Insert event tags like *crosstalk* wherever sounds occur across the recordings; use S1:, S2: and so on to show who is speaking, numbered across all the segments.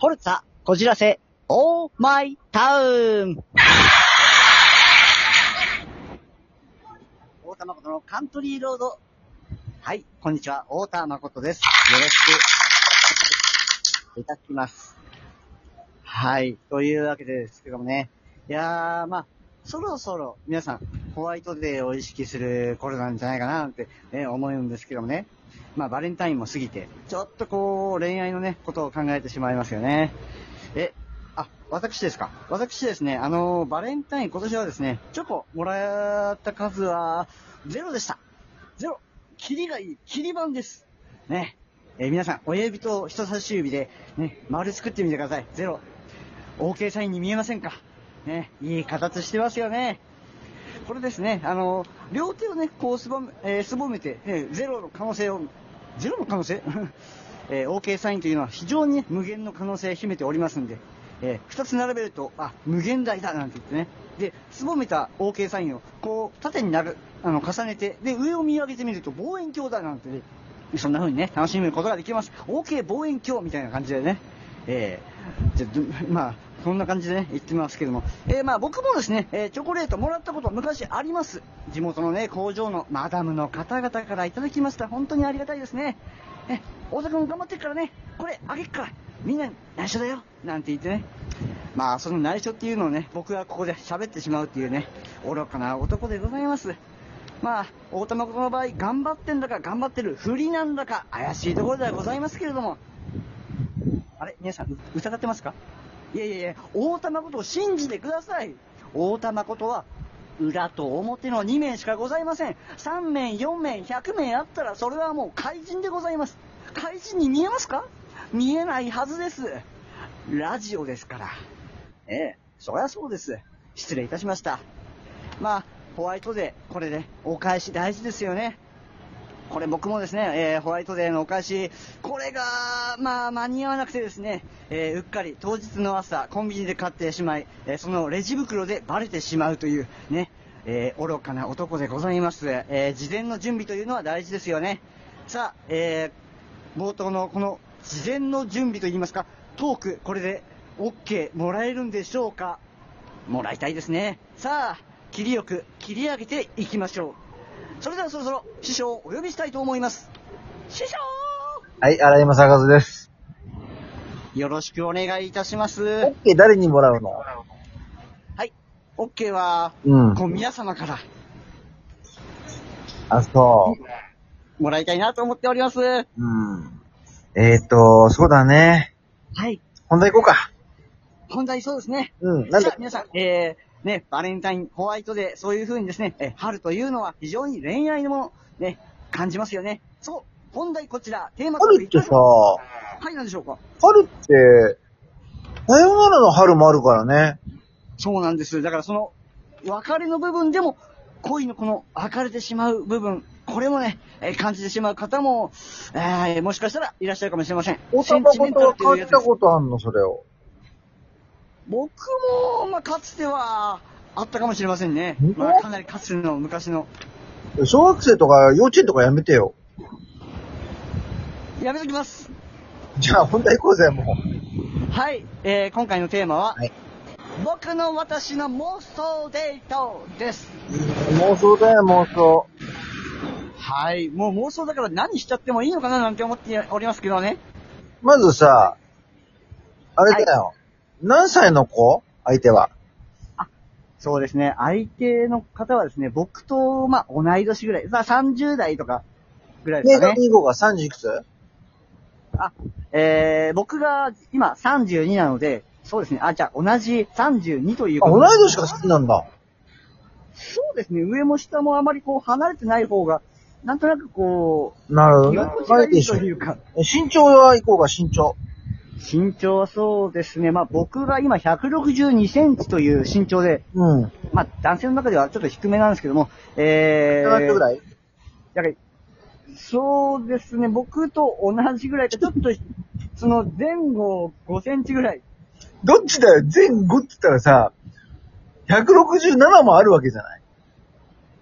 S1: フォルツァ、こじらせ、オーマイタウン。大田誠のカントリーロード。はい、こんにちは、大田誠です。よろしく、いただきます。はい、というわけでですけどもね。いやー、まあ、そろそろ皆さん、ホワイトデーを意識する頃なんじゃないかななんて、ね、思うんですけどもね。まあ、バレンタインも過ぎて、ちょっとこう、恋愛のね、ことを考えてしまいますよね。え、あ、私ですか。私ですね、あのーバレンタイン今年はですね、チョコもらった数は、ゼロでした。ゼロ。キリがいい。キリ番です。ね。えー皆さん、親指と人差し指で、ね、丸作ってみてください。ゼロ。OK サインに見えませんかね、いい形してますよね。これですね、あの、両手をね、こうすぼめ、えーすぼめて、ねゼロの可能性を、ゼロの可能性 *laughs* えー ?OK サインというのは非常にね無限の可能性を秘めておりますんで、えー二つ並べると、あ、無限大だなんて言ってね。で、すぼめた OK サインを、こう、縦になる、あの、重ねて、で、上を見上げてみると望遠鏡だなんてね、そんな風にね、楽しむことができます。OK 望遠鏡みたいな感じでね。えー、じゃ、ど *laughs* まあ、そんな感じでね、言ってますけども。えー、まあ僕もですね、えーチョコレートもらったこと昔あります。地元のね、工場のマダムの方々からいただきました。本当にありがたいですね。え、大田君頑張ってるからね、これあげっから、みんなに内緒だよ、なんて言ってね。まあその内緒っていうのをね、僕がここで喋ってしまうっていうね、愚かな男でございます。まあ、大玉子の場合、頑張ってんだか頑張ってるふりなんだか怪しいところではございますけれども。あれ皆さん、う疑ってますかいやいやいや、大玉ことを信じてください。大玉ことは、裏と表の2名しかございません。3名、4名、100名あったら、それはもう怪人でございます。怪人に見えますか見えないはずです。ラジオですから。ええ、そりゃそうです。失礼いたしました。まあ、ホワイトデー、これね、お返し大事ですよね。これ僕もですね、えーホワイトデーのお返し、これが、まあ、間に合わなくてですね、えーうっかり当日の朝、コンビニで買ってしまい、えーそのレジ袋でバレてしまうという、ね、えー愚かな男でございます。えー事前の準備というのは大事ですよね。さあ、えー冒頭のこの事前の準備といいますか、トーク、これで OK もらえるんでしょうかもらいたいですね。さあ、切りよく切り上げていきましょう。それではそろそろ師匠をお呼びしたいと思います。師匠
S2: はい、荒山坂津です。
S1: よろしくお願いいたしま
S2: オッ
S1: す。
S2: ケー誰にもらうの
S1: はい。OK は、
S2: うん。
S1: こう皆様から
S2: あ、そ
S1: もらいたいなと思っております。は
S2: う。うん。えーっと、そうだね。
S1: い。
S2: 本題行こうか。
S1: 本題そうですね。
S2: うん。なん
S1: じゃ
S2: だ
S1: あ皆さん、えー、ね、バレンタイン、ホワイトデー、そういう風にですね、えー春というのは非常に恋愛のもの、ね、感じますよね。そう。本題こちら、テーマソング
S2: 春
S1: い
S2: っ
S1: き
S2: て
S1: まし
S2: さ、
S1: ょうはい、なんでしょうか。
S2: 春って、さよならの春もあるからね。
S1: そうなんです。だからその、別れの部分でも、恋のこの、別れてしまう部分、これもね、えー感じてしまう方も、えーもしかしたらいらっしゃるかもしれません。
S2: お
S1: セ
S2: た
S1: ン
S2: ま
S1: チメ
S2: こ
S1: ン
S2: と
S1: タル
S2: は
S1: という
S2: 感
S1: や
S2: じ
S1: つで
S2: た
S1: す。
S2: ことあんのそれを。
S1: 僕も、まあ、かつては、あったかもしれませんね
S2: 本。当
S1: まあ、かなりかつての昔の。
S2: 小学生とか幼稚園とかやめてよ。
S1: やめときます。
S2: じゃあ本題行こうぜ、もう。
S1: はい、えー今回のテーマは、
S2: はい
S1: 僕の私の妄想デートです。
S2: 妄想だよ、妄想。
S1: はい、もう妄想だから何しちゃってもいいのかななんて思っておりますけどね。
S2: まずさ、あれだよ。何歳の子相手は。
S1: そうですね。相手の方はですね、僕と、まあ、同い年ぐらい。まあ、30代とか、ぐらいで
S2: ね
S1: す
S2: え、
S1: かね。
S2: 2号が30いくつ
S1: えー、僕が、今、32なので、そうですね。あ、じゃあ、同じ32という
S2: あ、
S1: こと
S2: 同い
S1: で
S2: 年から好きなんだ。
S1: そうですね。上も下もあまりこう、離れてない方が、なんとなくこ
S2: なるほ
S1: う、
S2: どね。
S1: が
S2: ないいで
S1: い
S2: し
S1: と
S2: ょ。
S1: いうか、
S2: 身長は行こうか、身長。
S1: 身長はそうですね。まあ、僕が今、162センチという身長で、
S2: うん。
S1: まあ、男性の中ではちょっと低めなんですけども、えー、
S2: 70ぐらい
S1: だから、そうですね、僕と同じぐらいか、ちょっと、その前後5センチぐらい。
S2: どっちだよ前後って言ったらさ、167もあるわけじゃない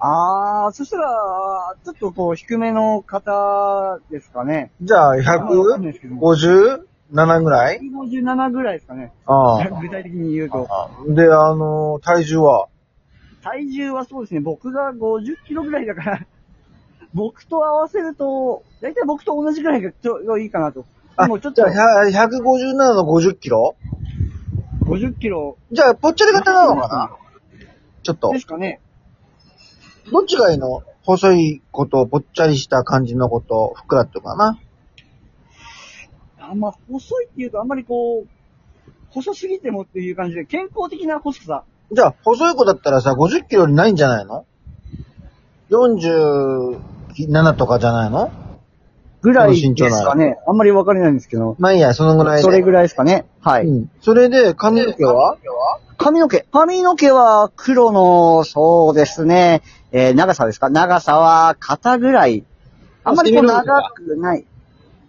S1: あー、そしたら、ちょっとこう、低めの方ですかね。
S2: じゃあ、
S1: わかんないですけど
S2: 150?160? 7ぐらい
S1: 157ぐらいですかね。
S2: ああ。
S1: 具体的に言うと。
S2: ああで、あのー体重は
S1: 体重はそうですね、僕が50キロぐらいだから、僕と合わせると、だいたい僕と同じぐらいがちょうどいいかなと。
S2: あ
S1: でもちょっ
S2: じ
S1: と
S2: ゃあ、100 157の50キロ
S1: 50キロ
S2: じゃあ、ぽっちゃり型なのかなちょっと
S1: で。すかね。
S2: どっちがいいの細いこと、ぽっちゃりした感じのこと、ふっくらっていうかな。
S1: あんま細いっていうと、あんまりこう、細すぎてもっていう感じで、健康的な細さ。
S2: じゃあ、細い子だったらさ、50キロにないんじゃないの ?47 とかじゃないの
S1: ぐらい
S2: その身長
S1: で
S2: な
S1: す
S2: ら
S1: かね。あんまりわかりないんですけど。
S2: まあいいや、そのぐらいで。
S1: それぐ
S2: ら
S1: らいですかね。は
S2: う
S1: い。
S2: ん。それで、髪の毛は
S1: 髪の毛。髪の毛は黒の、そうですね。えー長さですか長さは肩ぐらい。あんまりこう
S2: セミロング
S1: 長くない。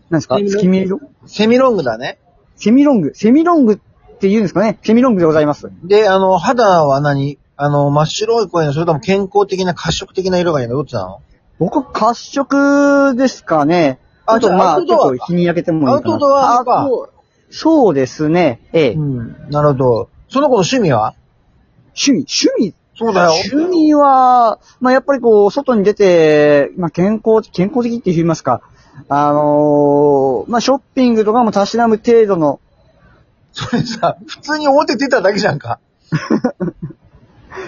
S1: なんですか
S2: セミロング
S1: 月見色
S2: セミロングだね。
S1: セミロング。セミロングって言うんですかねセミロングでございます。
S2: で、あの、肌は何あの、真っ白い声の、それとも健康的な褐色的な色がいいのどっちなの
S1: 僕、褐色ですかね。
S2: あ
S1: あと、
S2: じゃあ
S1: ま
S2: ア
S1: あ、
S2: ウト
S1: 結
S2: ドア
S1: 構日に焼けてもいいかな。
S2: アウトドア派
S1: あそうそうですね。ええ。
S2: うん。なるほど。その子の趣味は
S1: 趣味、趣味
S2: そうだよ。
S1: 趣味は、まあ、やっぱりこう、外に出て、まあ、健康、健康的って言いますか。あのーまあ、ショッピングとかもたしなむ程度の、
S2: *laughs* それさ、普通に表出ただけじゃんか。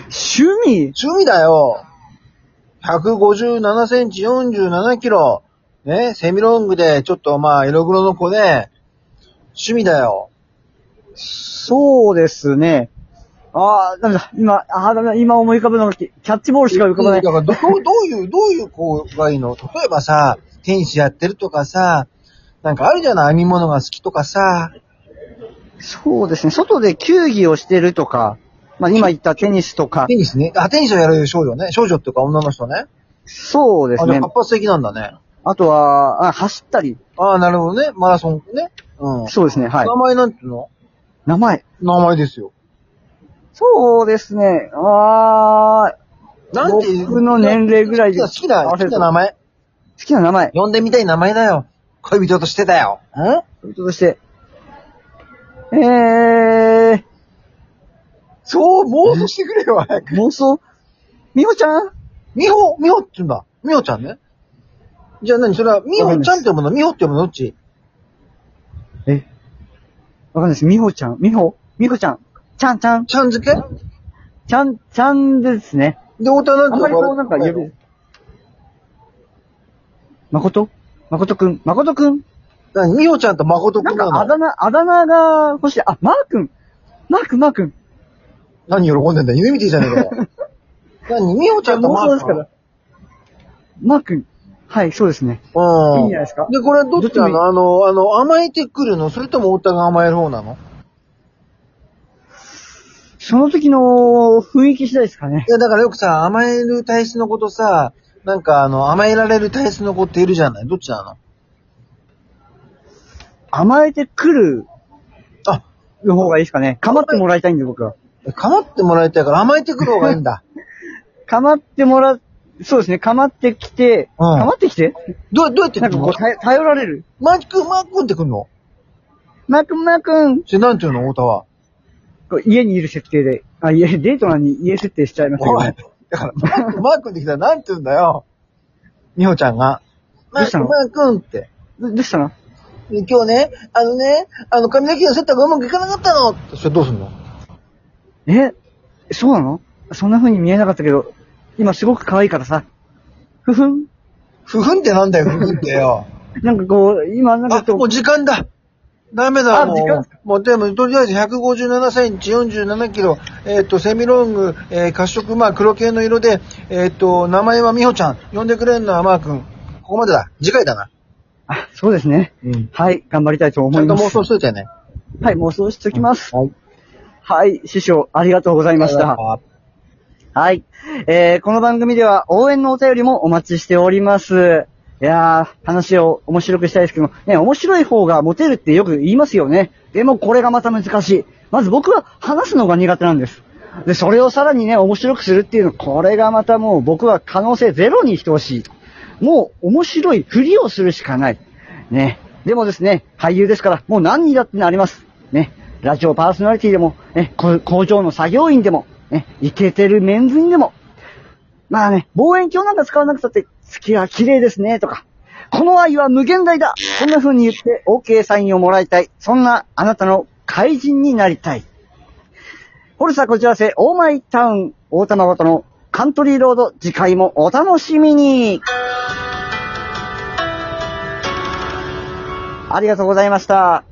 S1: 趣味
S2: 趣味だよ。157センチ47キロ。ね、セミロングで、ちょっとまあ、色黒の子で、趣味だよ。
S1: そうですね。ああ、ダメだ。今、ああ、ダメだ。今思い浮かぶのがキ、キャッチボールしか浮かばない。
S2: だからど、どうどういう、どういう子がいいの例えばさ、テニスやってるとかさ、なんかあるじゃない編み物が好きとかさ。
S1: そうですね。外で球技をしてるとか、まあ、今言ったテニスとか
S2: テ、ニスね。あ、テニスをやる少女ね。少女っていうか女の人ね。
S1: そうです
S2: あ、じゃあ
S1: ね。
S2: 活発的なんだね。
S1: あとは、あ走ったり。
S2: ああ、なるほどね。マラソンね。うん。
S1: そうですね。はい
S2: 名。前なんていうの
S1: 名前。
S2: 名前ですよ。
S1: そうですね。ああ、
S2: なんていう
S1: 僕の年齢ぐらいで
S2: 好きな、好きな名前。
S1: 好きな名前。
S2: 呼んでみたい名前だよ。恋人としてだよ。ん
S1: それとして。えー、
S2: そう、妄想してくれよ、早く。
S1: 妄想みほちゃん
S2: みほ、みほって言うんだ。みほちゃんね。じゃあ何それは、みほちゃんって呼ぶのみほって呼ぶのどっち
S1: えわかんないです。みほちゃんみほみほちゃんちゃんちゃん
S2: ちゃん付け
S1: ちゃん、ちゃんですね。
S2: で、太田は
S1: あ
S2: な
S1: ん
S2: んて
S1: まり
S2: 呼ばれ
S1: こうなんか
S2: て
S1: 呼
S2: る
S1: び、まことまことくんまことくん
S2: 何みほちゃんとまことく
S1: なんん
S2: な
S1: かあ
S2: の
S1: だ名、あだ名が欲しい。あ、マー君マー君マー君
S2: 何喜んでんだよ夢見ていいじゃねえ
S1: *laughs*
S2: かよ。何みほちゃんと
S1: 妄
S2: ま
S1: 想
S2: こ
S1: ですから。マー君はい、そうですね。
S2: うん。
S1: いいんじゃないですか
S2: で、これはどっちな
S1: どっちもい
S2: のあの、あの、甘えてくるのそれとも太田が甘える方なの
S1: その時の雰囲気次第ですかね。
S2: いや、だからよくさ、甘える体質の子とさ、なんかあの、甘えられる体質の子っているじゃないどっちなの
S1: 甘えてくる
S2: あ、
S1: の方がいいですかね。構ってもらいたいんで、僕は。
S2: 構ってもらいたいから甘えてくる方がいい
S1: *laughs*
S2: んだ。
S1: 構ってもら、そうですね、構ってきて、
S2: うん
S1: 構ってきて
S2: どう、どうやって
S1: な
S2: 来
S1: ん
S2: る
S1: かこ
S2: の
S1: う、頼頼られる。
S2: マー君、マー君って来るの
S1: マー君、マー君
S2: それなんていうの太田は。
S1: こう家にいる設定で。あ、家、デートなのに家設定しちゃいました
S2: おい
S1: けど。。
S2: だから、マー君、マー君って来たらなんて言うんだよ。みほちゃんが。マ
S1: どう
S2: ー
S1: した
S2: 君、
S1: の
S2: マー君って。
S1: どどうしたの
S2: 今日ね、あのね、あの髪の毛のセットがうまくいかなかったのそれどうすんの
S1: えそうなのそんな風に見えなかったけど、今すごく可愛いからさ。ふふん。
S2: ふふんってなんだよ、ふふんってよ。
S1: なんかこう、今なんか
S2: あ、
S1: ちょっ
S2: もう時間だ。ダメだ、
S1: あ
S2: も
S1: 時間
S2: う。もうでも、とりあえず157センチ、47キロ、えっ、と、セミロング、えー、褐色、まあ、黒系の色で、えっ、と、名前はみほちゃん。呼んでくれんのはまーくん。ここまでだ。次回だな。
S1: あ、そうですね。
S2: うん。
S1: はい、頑張りたいと
S2: ち
S1: 思
S2: ゃ
S1: い
S2: んと
S1: ます。
S2: 妄想しといてね。
S1: はい、妄想しておきます。
S2: はい。
S1: はい、師匠、ありがとうございました。はい。えー、この番組では応援のお便りもお待ちしております。いやー、話を面白くしたいですけども、ね、面白い方がモテるってよく言いますよね。でもこれがまた難しい。まず僕は話すのが苦手なんです。で、それをさらにね、面白くするっていうの、これがまたもう僕は可能性ゼロに等しい。もう面白いふりをするしかない。ね。でもですね、俳優ですから、もう何にだってなります。ね、ラジオパーソナリティでも、ね、こ工場の作業員でも、ね、イケてるメンズにでも、まあね、望遠鏡なんか使わなくたって、月は綺麗ですね、とか、この愛は無限大だそんな風に言って OK サインをもらいたい。そんなあなたの怪人になりたい。ホルサこちらせ、オーマイタウン、大玉ごとのカントリーロード、次回もお楽しみにありがとうございました。